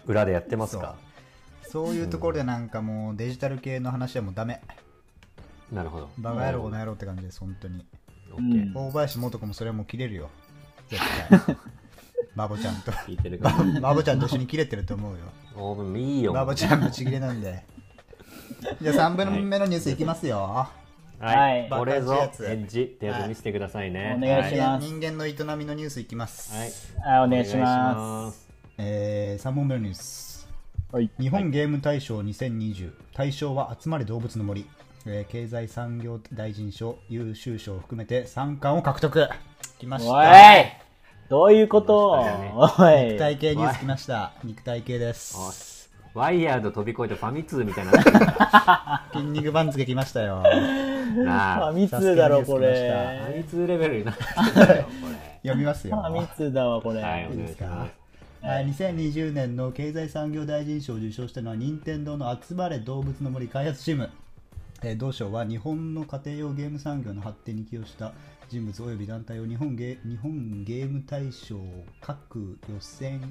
Speaker 1: 裏でやってますか
Speaker 2: そういうところでなんかもうデジタル系の話はもうダメ
Speaker 1: なるほど。
Speaker 2: バカ野郎この野郎って感じです本当に
Speaker 1: オッケー
Speaker 3: うん
Speaker 2: 大林素子もそれはもう切れるよ絶対マボちゃんと (laughs)
Speaker 1: 聞いてるか
Speaker 2: マボちゃんと一緒に切れてると思うよ
Speaker 1: ら。おーいいよ。
Speaker 2: マボちゃんもちぎれなんでじゃあ3分目のニュースいきますよ、
Speaker 1: はい、
Speaker 3: はい
Speaker 1: これぞ
Speaker 2: 爆発やつ
Speaker 1: エッジってやつ見せてくださいね。
Speaker 3: はいお願いします
Speaker 2: 人間の営みのニュースいきます、
Speaker 1: はい、
Speaker 3: はい、お
Speaker 1: お
Speaker 3: 願いします。
Speaker 1: す。
Speaker 2: えー、3本目のニュース
Speaker 3: はい。
Speaker 2: 日本ゲーム大賞2020、大賞は集まれ動物の森、えー経済産業大臣賞優秀賞を含めて3冠を獲得きまし
Speaker 3: お
Speaker 2: た
Speaker 3: どういうこと
Speaker 1: そうだよね
Speaker 3: おい
Speaker 2: 肉体系ニュース来ました。肉体系です。
Speaker 1: ワイヤード飛び越えてファミ通みたいになってるから
Speaker 2: 筋肉番付来ましたよ。
Speaker 1: な
Speaker 3: ファ
Speaker 1: あ。フ
Speaker 3: ミ通だろ、こ
Speaker 2: サスケのニュース来
Speaker 1: ァ
Speaker 3: れ。
Speaker 1: ミ通レベルになってるよ、これ。
Speaker 2: 読みます
Speaker 3: フ
Speaker 2: よ。
Speaker 3: ァミ通だわ、これ。
Speaker 1: はい、お願
Speaker 2: い
Speaker 1: い
Speaker 2: で
Speaker 1: し
Speaker 2: すか
Speaker 1: ます。
Speaker 2: はい、2020年の経済産業大臣賞を受賞したのは任天堂の集まれ動物の森開発チーム、えー同賞は日本の家庭用ゲーム産業の発展に寄与した人物及び団体を日本ゲ日本ゲーム大賞各予選 (laughs) ん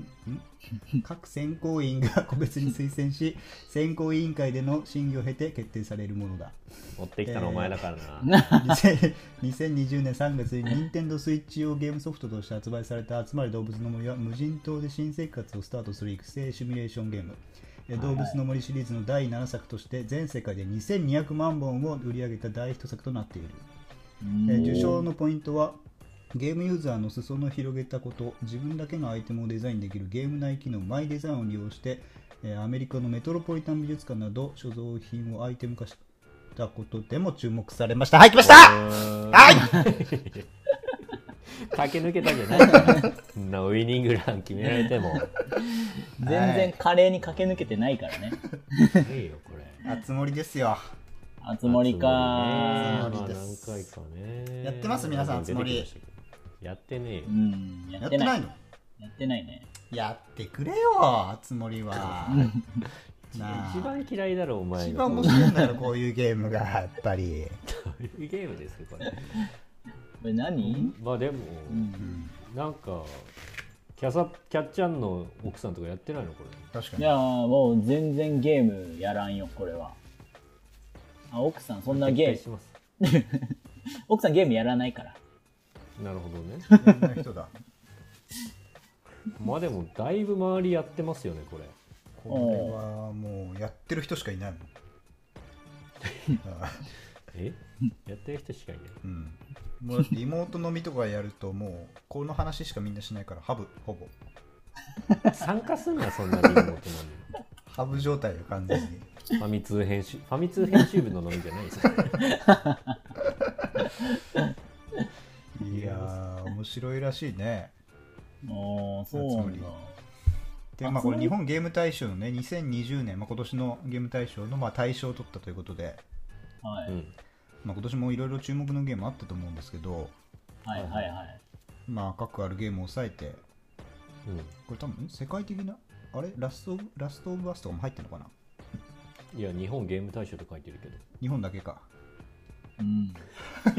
Speaker 2: 各選考委員が個別に推薦し選考委員会での審議を経て決定されるものだ
Speaker 1: 持ってきたのお前だからな。
Speaker 2: 2000 2020年3月に任天堂スイッチ用ゲームソフトとして発売された「集まり動物の森」は無人島で新生活をスタートする育成シミュレーションゲームえ動物の森シリーズの第7作として全世界で2200万本を売り上げた大ヒット作となっているえー受賞のポイントはゲームユーザーの裾野を広げたこと自分だけのアイテムをデザインできるゲーム内機能マイデザインを利用して、えーアメリカのメトロポリタン美術館など所蔵品をアイテム化したことでも注目されましたはい来ました
Speaker 1: はい駆け抜けたんじゃないからそんなウイニングラン決められても。
Speaker 3: 全然華麗に駆け抜けてないからね。
Speaker 1: いいよ、これ。
Speaker 2: あつ森ですよ
Speaker 3: あつ森
Speaker 1: あ
Speaker 3: か
Speaker 1: つ森
Speaker 2: つ森
Speaker 1: ね
Speaker 2: で
Speaker 1: まあ何
Speaker 2: す
Speaker 1: 回かね。
Speaker 2: やってます皆さんつ森
Speaker 1: 出てきましたけどやってねえよ
Speaker 3: ー。うん、や
Speaker 2: や
Speaker 3: っ
Speaker 2: ってて
Speaker 3: な。
Speaker 2: ないいの
Speaker 3: やってないね。
Speaker 2: やってくれよあつ森はなあ
Speaker 1: 一番嫌いだろ、お前
Speaker 2: 一
Speaker 1: が。
Speaker 2: 番面白いんだよこういうゲームがやっぱり
Speaker 1: いゲームですよ、これ。
Speaker 3: これ何
Speaker 1: まあでも、
Speaker 3: うん
Speaker 1: なんか、キャサキャッチャンの奥さんとかやってないの、これ。
Speaker 2: 確か
Speaker 3: い
Speaker 2: に
Speaker 3: やーもう全然ゲームやらんよ、これは。あ、奥さんそんな
Speaker 1: 撤
Speaker 3: ゲ
Speaker 1: 回
Speaker 3: ー
Speaker 1: します。
Speaker 3: ム、奥さんゲームやらないから。
Speaker 1: なるほどね。
Speaker 2: こんな人だ
Speaker 1: まあでも、だいぶ周りやってますよね、これ。
Speaker 2: これはもうやってる人しかいないもんああ
Speaker 1: えやってる人しかいない。
Speaker 2: うんもうだって妹飲みとかやるともうこの話しかみんなしないからハブほぼ
Speaker 1: 参加すんなそんなにリモート飲
Speaker 2: ハブ状態よ完全に
Speaker 1: みファミ通編集ファミ通編集部の飲みじゃないですよ
Speaker 2: いやー面白いらしいね
Speaker 3: おー、そうなんだ。
Speaker 2: でまあこれ日本ゲーム大賞のね2020年、まあ、今年のゲーム大賞のまあ大賞を取ったということで、
Speaker 3: は
Speaker 1: う
Speaker 3: い。
Speaker 1: ん
Speaker 2: まあ、今年もいろいろ注目のゲームあったと思うんですけど
Speaker 3: はいはいはい。
Speaker 2: まあ各あるゲームを抑えてこれ多分ん世界的なあれラストオブラストオブアスとかも入ってるのかな
Speaker 1: うんいや日本ゲーム大賞と書いてるけ
Speaker 2: 日本だけか
Speaker 3: うん。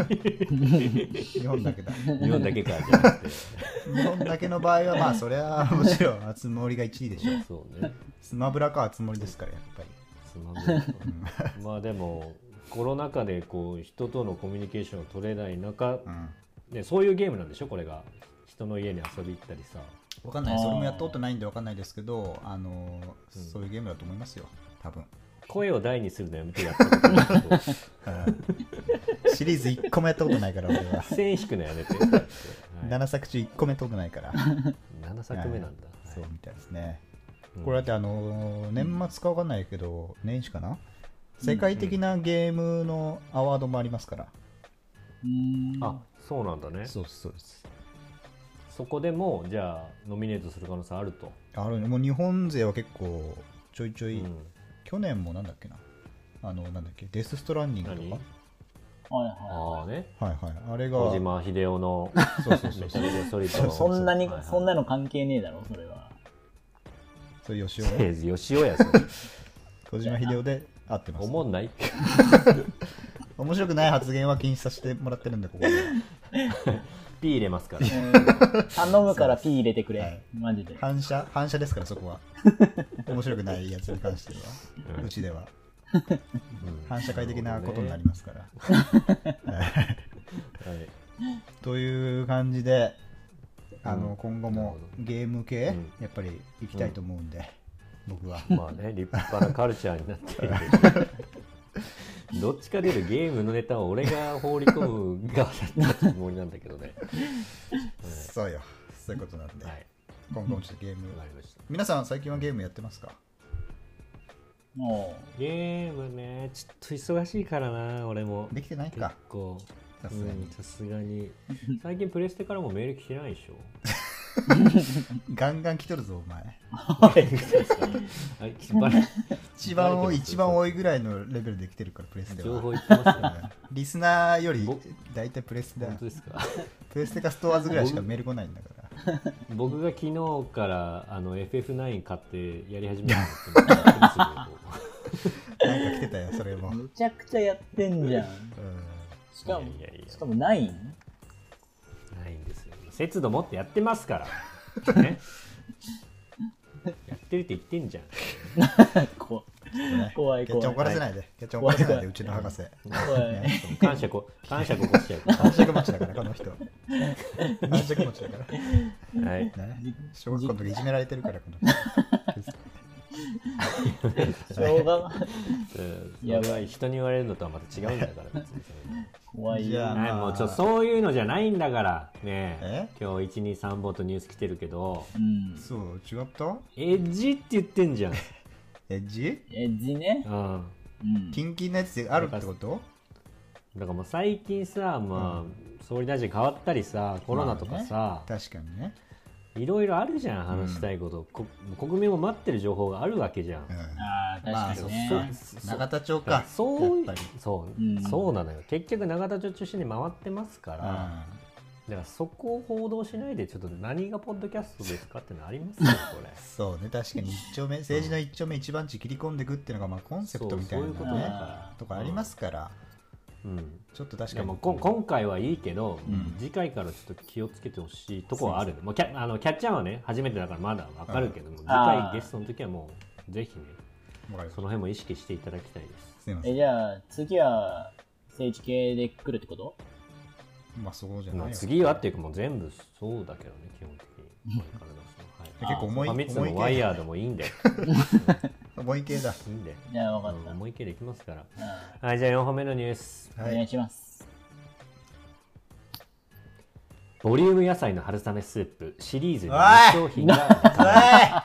Speaker 2: 日本だけだ
Speaker 1: ど日本だけかじゃなくて
Speaker 2: 日本だけの場合はまあそりゃもちろん熱盛が1位でしょ
Speaker 1: そうね
Speaker 2: スマブラか熱盛ですからやっぱり
Speaker 1: つまんないまあでもコロナ禍でこう人とのコミュニケーションを取れない中、
Speaker 2: うん
Speaker 1: ね、そういうゲームなんでしょこれが人の家に遊び行ったりさ
Speaker 2: わかんないです俺もやったことないんでわかんないですけどあのー
Speaker 1: うん
Speaker 2: そういうゲームだと思いますよ多分
Speaker 1: 声を大にするのやめてやったこと (laughs) ないけど
Speaker 2: シリーズ1個もやったことないから
Speaker 1: (laughs)
Speaker 2: 俺は
Speaker 1: 線引くのやめて、はい、
Speaker 2: 7作中1個目やったことない
Speaker 1: (laughs)
Speaker 2: から
Speaker 1: 7作目なんだ、
Speaker 2: そうみたいですね
Speaker 1: うん
Speaker 2: これだってあのー年末かわかんないけど年始かな世界的なゲームのアワードもありますから
Speaker 3: うん。
Speaker 1: あそうなんだね
Speaker 2: そうですそうです
Speaker 1: そこでもじゃあノミネートする可能性あると、
Speaker 2: あのもう日本勢は結構ちょいちょ
Speaker 1: う
Speaker 2: い、
Speaker 1: ん、
Speaker 2: 去年もなんだっけなあのなんだっけデス・ストランディングと
Speaker 3: はい
Speaker 1: あ
Speaker 3: は
Speaker 1: あね
Speaker 2: かはいはいあれが
Speaker 1: 小島秀夫の
Speaker 2: そうそうそ
Speaker 1: メ
Speaker 2: う
Speaker 1: タ
Speaker 2: そう
Speaker 1: ルゲソリッド
Speaker 3: い。
Speaker 1: の
Speaker 3: そんなに
Speaker 1: はいは、い
Speaker 3: そんなの関係ねえだろ、それは。
Speaker 2: それ吉
Speaker 1: (laughs)
Speaker 2: 尾
Speaker 1: せいぜい吉尾やそれ
Speaker 2: 小島秀夫で合ってます
Speaker 1: 思んない
Speaker 2: 面白くない発言は禁止させてもらってるんでここで
Speaker 1: ピー入れますからね
Speaker 3: 頼むからピー入れてく
Speaker 2: は
Speaker 3: れ
Speaker 2: い。
Speaker 3: マジで。
Speaker 2: 反射反射ですからそこは面白くないやつに関しては
Speaker 1: うん
Speaker 2: うちでは
Speaker 1: うん
Speaker 2: 反射会的なことになりますから、
Speaker 1: はい
Speaker 2: という感じであの、
Speaker 1: うん
Speaker 2: 今後
Speaker 1: なる
Speaker 2: も
Speaker 1: ほ
Speaker 2: ゲーム系、
Speaker 1: うん
Speaker 2: やっぱり行きたいと思うんで、僕は
Speaker 1: まあね立派なカルチャーになっている
Speaker 2: (laughs)
Speaker 1: どっちか出るゲームのネタを俺が放り込む側だったつもりなんだけどね
Speaker 2: そうよそういうことなんで、
Speaker 1: はい
Speaker 2: 今後もちょっとゲーム
Speaker 1: わかりました
Speaker 2: 皆さん最近はゲームやってますか
Speaker 3: も
Speaker 1: ゲームねちょっと忙しいからな俺も
Speaker 2: できてない
Speaker 1: 結
Speaker 2: か
Speaker 1: 構
Speaker 2: さすが
Speaker 1: う
Speaker 2: に
Speaker 1: ん、さすがに最近プレステからもメール来てないでしょ
Speaker 2: ガンガン来とるぞ、お前。
Speaker 1: はい、バレ
Speaker 2: 一番多
Speaker 1: バレてま
Speaker 2: い、
Speaker 1: す
Speaker 2: 一番多いぐらいのレベルで来てるから、プレスで
Speaker 1: 情報
Speaker 2: は。
Speaker 1: 言ってますね。
Speaker 2: リスナーより
Speaker 1: ぼ、
Speaker 2: だいたいプレスだ
Speaker 1: 本。当ですか。
Speaker 2: プレステかストアーズぐらいしかメール来ないんだから。
Speaker 1: 僕が昨日からあの FF9 買ってやり始めたんですけど、びっくりするよこう
Speaker 2: なんか来てたよ、それも。うん
Speaker 3: めちゃくちゃやってんじゃん。しかも、
Speaker 1: いやいやいや
Speaker 3: しかもないん
Speaker 1: ないんですよ。節度持ってやってますから。ね。やってるって言ってんじゃん。
Speaker 3: こ怖
Speaker 2: 怖
Speaker 3: い怖い
Speaker 2: キャッチャー怒らせないで。キャッチャー怒らせないで、うちの博士。
Speaker 3: う怖い。
Speaker 1: 感謝こ、感謝ここしちゃうか
Speaker 2: 繁殖持ちだから、この人。繁殖持ちだから
Speaker 1: ら。はい。。
Speaker 2: ね小学校の時いじめられてるから、この人。
Speaker 3: しょうが
Speaker 1: うん
Speaker 3: やばい
Speaker 1: やばい、人に言われるのとはまた違うんだから。別にそれ
Speaker 3: 怖い
Speaker 2: じゃ
Speaker 3: よ。
Speaker 2: あ
Speaker 1: はい、もうちょそういうのじゃないんだから。ね
Speaker 2: え
Speaker 1: 今日1、2、3本とニュース来てるけど、
Speaker 3: うん。
Speaker 2: そう、違った
Speaker 1: エッジって言ってんじゃん。
Speaker 2: エッジ
Speaker 3: エッジね。
Speaker 1: うん。
Speaker 3: うん。
Speaker 2: キンキンのやつであるってこと
Speaker 1: だからもう最近さ、まあ、
Speaker 2: う
Speaker 1: 総理大臣変わったりさ、コロナとかさ、
Speaker 2: 確かにね。
Speaker 1: いろいろあるじゃん、話したいこと、こ国民も待ってる情報があるわけじゃん。
Speaker 2: うん
Speaker 3: ああ、
Speaker 2: まあ、
Speaker 3: 確か
Speaker 2: そ
Speaker 3: に
Speaker 2: っ
Speaker 3: ね。
Speaker 2: か
Speaker 1: そう。
Speaker 2: 永田町か。
Speaker 1: そう
Speaker 2: やっぱり
Speaker 1: そう、
Speaker 3: うん
Speaker 1: そうなのよ結局永田町中心に回ってますから、
Speaker 2: う
Speaker 1: だからそこを報道しないでちょっと何がポッドキャストですかってのありますよこれ
Speaker 2: んそうね、確かに一丁目、政治の一丁目一番地切り込んでいくっていうのが、まあ、コンセプトみたいな
Speaker 1: そうそういうことだ
Speaker 2: ね、
Speaker 1: から
Speaker 2: とかありますから、
Speaker 1: うん
Speaker 2: ちょっと確
Speaker 1: し
Speaker 2: か
Speaker 1: か
Speaker 2: に。
Speaker 1: もこん今回はいいけど、
Speaker 2: うん
Speaker 1: 次回からちょっと気をつけてほしいとこはあるのもうキャあのキャッチャーはね初めてだからまだわかるけども、次
Speaker 3: あ
Speaker 1: 回
Speaker 3: ー
Speaker 1: ゲストの時はもうぜひね
Speaker 2: わかりまし
Speaker 1: その辺も意識していただきたいで
Speaker 2: たすいませ
Speaker 3: え、
Speaker 2: ん。
Speaker 3: じゃあ、次は、政治系で来るってこと
Speaker 2: まあ、そうじゃ
Speaker 1: す、ま
Speaker 2: な
Speaker 1: あ、
Speaker 2: いよ。
Speaker 1: 次はっていうかもう全部そうだけどね基本的にこれからだし
Speaker 2: 結構重い、
Speaker 1: はいまあ、
Speaker 2: 重い
Speaker 1: 密もワイ
Speaker 2: 系
Speaker 1: ヤードもいいん
Speaker 2: (laughs)
Speaker 1: で
Speaker 2: 重い系だ。
Speaker 1: いいんで
Speaker 3: じゃあ、わか
Speaker 1: うん
Speaker 3: っ
Speaker 1: 思い切りいきますから。
Speaker 3: た。
Speaker 1: はい、じゃあ4本目のニュース。
Speaker 3: うんお
Speaker 2: は
Speaker 3: 願
Speaker 2: い
Speaker 3: い。します。
Speaker 1: ボリューム野菜の春雨スープシリーズ
Speaker 2: おい
Speaker 1: の2商品
Speaker 2: (laughs)
Speaker 1: が、
Speaker 2: は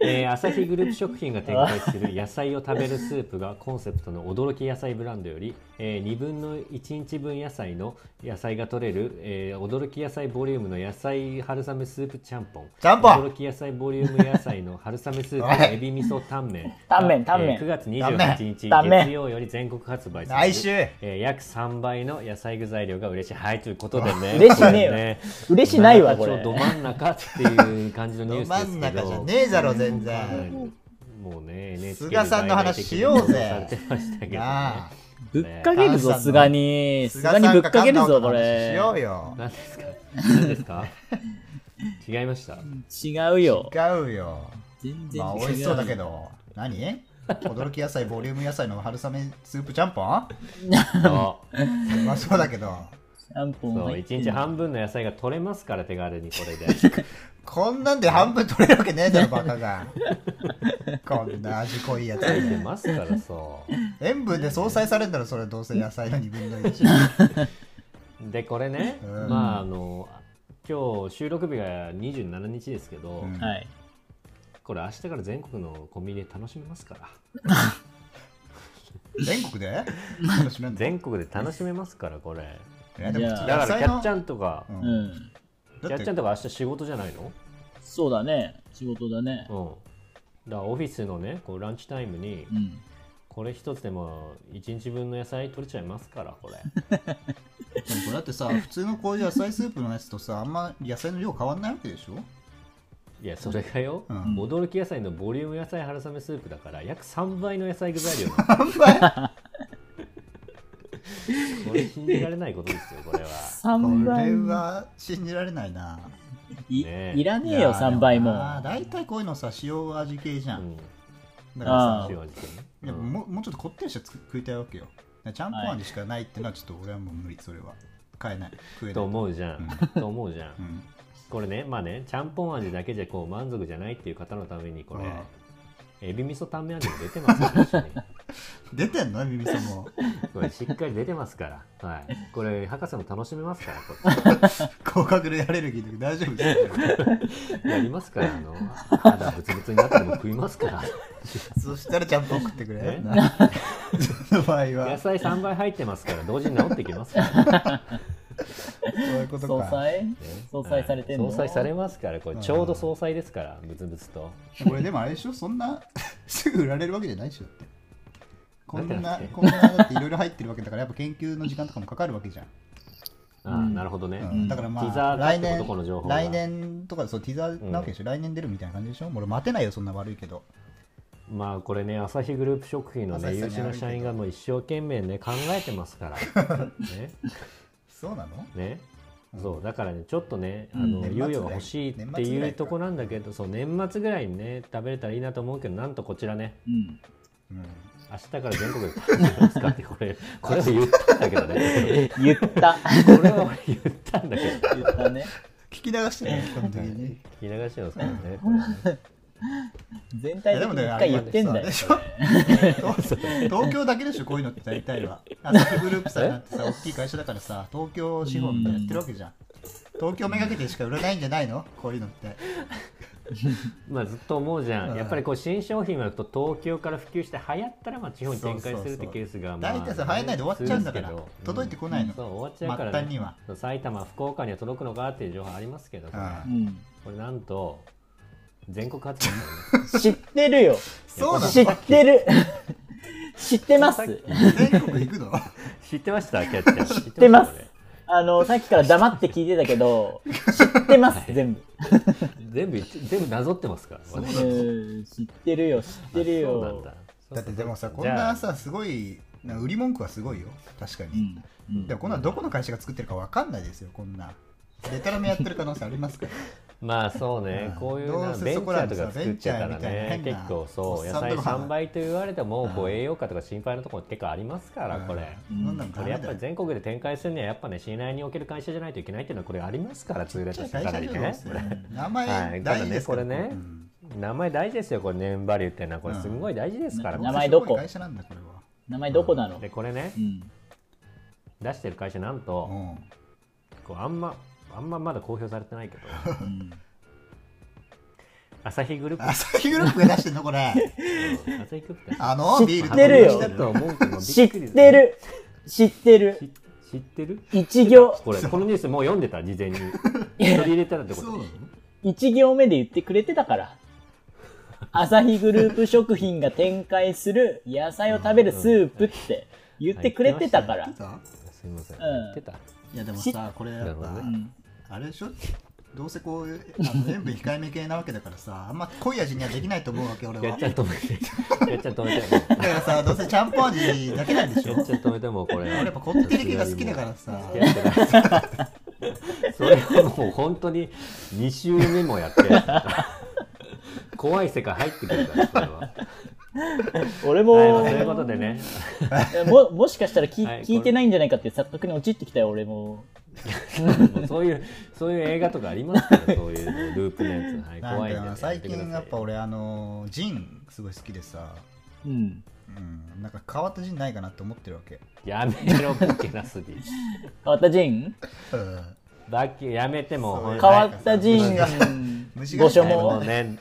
Speaker 1: えー、アサヒグループ食品が展開する野菜を食べるスープがコンセプトの驚き野菜ブランドより、えー、2分の1日分野菜の野菜が取れる、えー、驚き野菜ボリュームの野菜春雨スープちゃんぽん
Speaker 2: ちゃんぽん
Speaker 1: 驚き野菜ボリューム野菜の春雨スープのエビ味噌タンメン
Speaker 3: タンメンタンメン
Speaker 1: えー9月28日
Speaker 3: タンメン
Speaker 1: 月曜より全国発売
Speaker 2: い。
Speaker 1: される
Speaker 2: 来週
Speaker 1: えー約3倍の野菜具材量が嬉しい。はい、ということでね。
Speaker 3: 嬉しいねよ
Speaker 1: これね
Speaker 3: 嬉しないわ、これ
Speaker 1: 長田。町ど真ん中っていう感じのニュ
Speaker 2: ど
Speaker 1: ースです
Speaker 2: 真
Speaker 1: けど。
Speaker 2: ん中じゃねえだろ、全然。
Speaker 1: はいもうね、NHK
Speaker 2: 菅さんの話しようぜ
Speaker 1: で大々的に報道されてましたけどね。
Speaker 2: なあ。
Speaker 3: ぶっかけるぞ、菅に。菅にぶっかけるぞ、こ
Speaker 2: 菅さんが菅直人の話し
Speaker 3: れ
Speaker 2: よ。うよ。
Speaker 1: 何ですか何ですか違いました
Speaker 3: 違うよ。
Speaker 2: 違うよ。
Speaker 3: 全然違う
Speaker 2: まあ、
Speaker 3: よ。
Speaker 2: 美味しそうだけど。何驚き野菜、ボリューム野菜の春雨スープちゃんぽん
Speaker 1: そう
Speaker 2: まそうだけど。
Speaker 3: タンポ
Speaker 1: う
Speaker 3: ン
Speaker 1: そう
Speaker 3: 入って
Speaker 1: 1
Speaker 3: ん
Speaker 1: 日
Speaker 3: の
Speaker 1: 半分の野菜が取れますから、手軽にこ
Speaker 2: (laughs)
Speaker 1: れで。
Speaker 2: こんなんで半分取れるわけねえだろ、バカが。こんな味濃いやつ
Speaker 1: 取れて
Speaker 2: で。
Speaker 1: ますから、そう。
Speaker 2: 塩分で相殺されるんだろ、それどうせ野菜の2分の1。
Speaker 1: でこれね、
Speaker 2: うん
Speaker 1: まああの今日収録日が27日ですけど、
Speaker 2: うん
Speaker 3: はい。
Speaker 1: これ明日から全国のコンビニで楽しめますから
Speaker 2: 全国で楽しめんの
Speaker 1: 全国で楽しめますからこれ
Speaker 2: えでも普通
Speaker 1: だからキャッチ
Speaker 2: 野菜
Speaker 1: ャンとか、
Speaker 2: の
Speaker 3: う
Speaker 2: うん
Speaker 3: ん。
Speaker 1: キャ
Speaker 2: だ
Speaker 1: ッ
Speaker 2: っ
Speaker 1: チャン
Speaker 2: て
Speaker 1: とか明日仕事じゃないの
Speaker 3: そうだね。仕事だね。
Speaker 1: うんだからオフィスのねこうランチタイムに
Speaker 3: うん。
Speaker 1: これ一つでも1日分の野菜取れちゃいますからこれ
Speaker 2: でもこれだってさ、普通のこういう野菜スープのやつとさ、あんま野菜の量変わんないわけでしょ
Speaker 1: いやそれがよ、
Speaker 2: うん
Speaker 1: 驚き野菜のボリューム野菜春雨スープだから約3倍の野菜具材量これ信じられないことですよこれは
Speaker 2: こ
Speaker 3: 3
Speaker 2: れ
Speaker 3: 倍。
Speaker 2: は信じられないな。
Speaker 3: い
Speaker 1: ね
Speaker 3: いらねえよ、3倍も。
Speaker 2: あー大体こういうのさ、塩味系じゃ。
Speaker 1: うんん
Speaker 2: だからさ
Speaker 3: あー、
Speaker 1: 塩味とね
Speaker 2: いやもうもうちょっとこってりしたやつ食いたいわけよ。だからちゃんぽん味しかないってのはちょっと俺はもう無理、それは。買えない。食えな
Speaker 1: と
Speaker 2: い。
Speaker 1: 思うじゃん、と思うじゃん
Speaker 2: うん
Speaker 1: これねまあねちゃんぽん味だけじゃこう満足じゃないっていう方のためにこれ、
Speaker 2: ああ
Speaker 1: エビ味噌タンメン味も出てますからね
Speaker 2: 出てんのミミさんも。 (laughs)
Speaker 1: これしっかり出てますから、はい、これ博士も楽しめますからこ
Speaker 2: 甲殻類アレルギーとか大丈夫ですか
Speaker 1: れやりますからあの肌ブツブツになっても食いますから
Speaker 2: そしたらちゃんぽん食ってくれ
Speaker 1: え。
Speaker 2: なその場合
Speaker 1: 野
Speaker 2: は。 (laughs)
Speaker 1: 菜3倍入ってますから同時に治ってきますから
Speaker 2: そういうこと
Speaker 3: 総
Speaker 2: か。
Speaker 3: 裁総裁されてんの、
Speaker 1: はい総裁されますからこれ
Speaker 2: うん
Speaker 1: ちょうど総裁ですからブツブツと
Speaker 2: これでもあれでしょそんな (laughs) すぐ売られるわけじゃないでしょだって。こん
Speaker 1: だってだっ
Speaker 2: な
Speaker 1: て、
Speaker 2: こんなだっていろいろ入ってるわけだから、やっぱ研究の時間とかもかかるわけじゃん。
Speaker 1: ああなるほどね、
Speaker 2: うんだからま
Speaker 1: ティザ
Speaker 2: あ、
Speaker 1: ーだ
Speaker 2: 来
Speaker 1: ってこと
Speaker 2: 年
Speaker 1: この情、報が
Speaker 2: 来年とか、そう、ティザーなわけでしょ、来年出るみたいな感じでしょもう俺待てないよ、そんな悪いけど。
Speaker 1: まあこれね朝日グループ食品の
Speaker 2: 朝
Speaker 1: ね
Speaker 2: 日さん
Speaker 1: 優秀な
Speaker 2: に
Speaker 1: 社員がもう一生懸命ね考えてます
Speaker 2: (laughs)
Speaker 1: からね
Speaker 2: そうなの
Speaker 1: ね
Speaker 2: うん
Speaker 1: そうだからねちょっとねあ
Speaker 3: うん
Speaker 1: の
Speaker 2: 年末
Speaker 1: 猶予が欲しい
Speaker 2: 年
Speaker 1: って
Speaker 2: 末ぐら
Speaker 1: いう
Speaker 2: いか
Speaker 1: とこなんだけどそう年末ぐらいにね食べれたらいいなと思うけどなんとこちらね
Speaker 2: (laughs)
Speaker 3: うん、
Speaker 2: うん。
Speaker 1: 明日から全国で食べてますかってこ
Speaker 2: (laughs)
Speaker 1: れこれは言ったんだけどね
Speaker 3: 言った
Speaker 1: これは俺言ったんだけど
Speaker 3: 言ったね
Speaker 2: 聞き流してね、基本的に。
Speaker 1: 聞き流してますからねこれね
Speaker 3: 全体的に一回言ってんだよ、
Speaker 2: でし
Speaker 3: こ
Speaker 2: ょ
Speaker 3: れ
Speaker 2: 東東京だけでしょこういうのって大体は朝日グループさんなんてさ大きい会社だからさ東京資本みたいなやってるわけじゃん東京めがけてしか売れないんじゃないのこういうのって
Speaker 1: まあずっと思うじゃ
Speaker 2: うんん
Speaker 1: やっぱりこう新商品はと東京から普及して流行ったらまあ地方に展開するってケースがまあ
Speaker 2: 大体さ流行んないで終わっちゃうんだから
Speaker 1: するんですけど
Speaker 2: 届いてこないの
Speaker 1: そう
Speaker 2: 末
Speaker 1: 終わっちゃうから
Speaker 2: 端
Speaker 1: ね
Speaker 2: には
Speaker 1: 埼玉福岡には届くのかっていう情報ありますけど
Speaker 2: あ
Speaker 3: う
Speaker 2: あ
Speaker 3: ん
Speaker 1: これなんと全国発売なんです
Speaker 2: (laughs)
Speaker 3: 知ってるよ
Speaker 2: そうな
Speaker 3: 知っ
Speaker 2: の
Speaker 3: てる (laughs) 知ってます
Speaker 2: 全国行くの
Speaker 1: 知ってましたキャッチャー知って
Speaker 3: ますあのさっきから黙って聞いてたけど知ってます全部
Speaker 1: 全部言って全部なぞってますから
Speaker 2: そうなの
Speaker 3: うん知ってるよ知ってる
Speaker 1: あそうなん
Speaker 3: よ
Speaker 1: だ
Speaker 2: だってでもさこん
Speaker 1: じゃあ
Speaker 2: なさすごいな売り文句はすごいよ確か
Speaker 3: う
Speaker 2: に
Speaker 3: んうん
Speaker 2: でもこんなのどこの会社が作ってるかわかんないですよこんなデタラメやってる可能性ありますから
Speaker 1: まあそうね、
Speaker 2: うん
Speaker 1: こういう
Speaker 2: ど
Speaker 1: な
Speaker 2: うせ
Speaker 1: ベンチ
Speaker 2: そこ
Speaker 1: ャ
Speaker 2: ら
Speaker 1: ー
Speaker 2: の
Speaker 1: と
Speaker 2: さ
Speaker 1: か作っちゃったら
Speaker 2: ベンチャー
Speaker 1: ね
Speaker 2: みたいな変
Speaker 1: 結
Speaker 2: な
Speaker 1: 構そう
Speaker 2: お
Speaker 1: 野
Speaker 2: っさん
Speaker 1: 菜
Speaker 2: とか
Speaker 1: 3倍と言われてもこう
Speaker 2: うん
Speaker 1: 栄養価とか心配なところ結構ありますからこれ。
Speaker 2: うんそんなの
Speaker 1: こ
Speaker 2: ダ
Speaker 1: れや
Speaker 2: メ
Speaker 1: っぱ
Speaker 2: だ
Speaker 1: り
Speaker 2: よ
Speaker 1: 全国で展開するにはやっぱね信頼における会社じゃないといけないっていうのはこれありますから通
Speaker 2: ち
Speaker 1: 例
Speaker 2: っち
Speaker 1: と
Speaker 2: ゃい
Speaker 1: して
Speaker 2: 会
Speaker 1: かな
Speaker 2: 社
Speaker 1: り
Speaker 2: じゃない
Speaker 1: ね
Speaker 2: ですよ
Speaker 1: こ
Speaker 2: 名
Speaker 1: はい
Speaker 2: 前大事ですから
Speaker 1: これね
Speaker 2: うん
Speaker 1: れ名前大事ですよこれネームバリューっていうのはこれすごい大事ですから、
Speaker 3: うん
Speaker 1: これ
Speaker 3: 名前どこ
Speaker 2: すごい会社なんだこれは
Speaker 3: 名前どこなの
Speaker 1: でこれね
Speaker 3: うん
Speaker 1: 出してる会社なん
Speaker 2: う
Speaker 1: と
Speaker 2: ん
Speaker 1: こうあんまあんままだ公表されてないけど
Speaker 3: うん
Speaker 1: アサヒグループ
Speaker 2: アサヒグループが出してんのこれ
Speaker 3: (laughs)
Speaker 1: うんアサヒグループだ
Speaker 2: あのビール
Speaker 3: 知ってるよ
Speaker 1: 発売したと思うけどびっくり
Speaker 3: 知ってる知ってる
Speaker 1: し知ってる
Speaker 3: 一行
Speaker 1: これこのニュースもう読んでた事前に取り入れたらってこ
Speaker 2: そう
Speaker 1: と
Speaker 2: なの
Speaker 3: 一行目で言ってくれてたからアサヒグループ食品が展開する野菜を食べるスープって言ってくれてたから
Speaker 2: 知っ、てた
Speaker 1: すみません、
Speaker 3: ん
Speaker 1: 言ってた
Speaker 2: いやでも
Speaker 3: 知っ
Speaker 2: さこれやっぱ
Speaker 1: なるほど
Speaker 3: うん
Speaker 2: あれでしょどうせこういうあの塩分控えめ系なわけだからさあんま濃い味にはできないと思うわけ俺
Speaker 1: や
Speaker 2: は
Speaker 1: っちゃん
Speaker 2: だ
Speaker 1: 止めてやっちゃん止めても
Speaker 2: からさどうせちゃんぽん味だけなんでしょ
Speaker 1: うやっちゃん止めてもうこれ
Speaker 2: 俺やっぱこってり系が好きだからさ
Speaker 1: やってないそれはもう本当に2週目もやってる怖い世界入ってくるからこれは
Speaker 3: 俺
Speaker 1: はい、ということ
Speaker 3: も
Speaker 1: でね
Speaker 3: ももしかしたら聞,、
Speaker 1: はい
Speaker 3: 聞いてないんじゃないかっていう錯覚に陥ってきたよ俺も
Speaker 1: もうそういうそういう映画とかありますからそういうループのやつ、はい、
Speaker 2: なん
Speaker 1: 怖
Speaker 2: か
Speaker 1: いんで、ね
Speaker 2: な、最近やっぱ
Speaker 1: や
Speaker 2: 俺あのジンすごい好きでさ
Speaker 3: うん
Speaker 2: うんなんか変わったジンないかなって思ってるわけ
Speaker 1: めてくださいやめろボケなすぎ
Speaker 3: 変わったジン
Speaker 2: うん
Speaker 1: だけやめてもう
Speaker 2: そう
Speaker 1: 本
Speaker 3: 変
Speaker 1: 当に
Speaker 3: わったジ
Speaker 2: 虫が
Speaker 3: ン
Speaker 2: 虫が
Speaker 3: ご所
Speaker 1: も
Speaker 3: 望
Speaker 1: うね、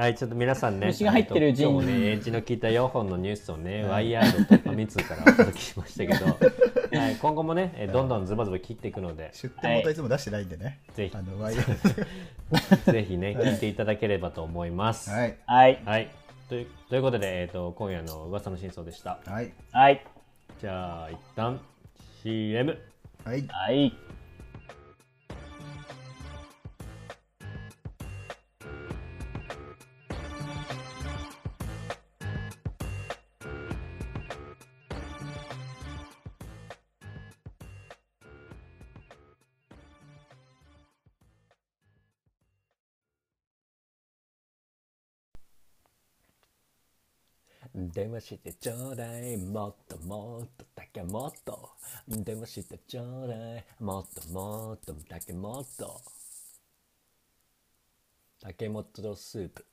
Speaker 1: はい、ちょっと皆さんね、
Speaker 3: 虫が入ってるジーン
Speaker 1: 今日もね、エッジの効いた4本のニュースをね、ワイヤードとパミツからお届けしましたけ
Speaker 3: (laughs)
Speaker 1: ど、はい、今後もね、えどんどんズバズバ切っていくので、
Speaker 2: 出店元いつも出してないんでね、
Speaker 1: ぜひ
Speaker 2: あのワイヤーで
Speaker 1: ぜひね、聞いていただければと思います。。
Speaker 2: はいい
Speaker 3: はい
Speaker 1: というということで、えっ、と、今夜の噂の真相でした。
Speaker 2: はい
Speaker 3: はい
Speaker 1: じゃあ、一旦 CM。
Speaker 2: はい
Speaker 3: はい
Speaker 1: 電話してちょうだいもっともっとだけもっと電話してちょうだいもっともっとだけもっと竹本スープ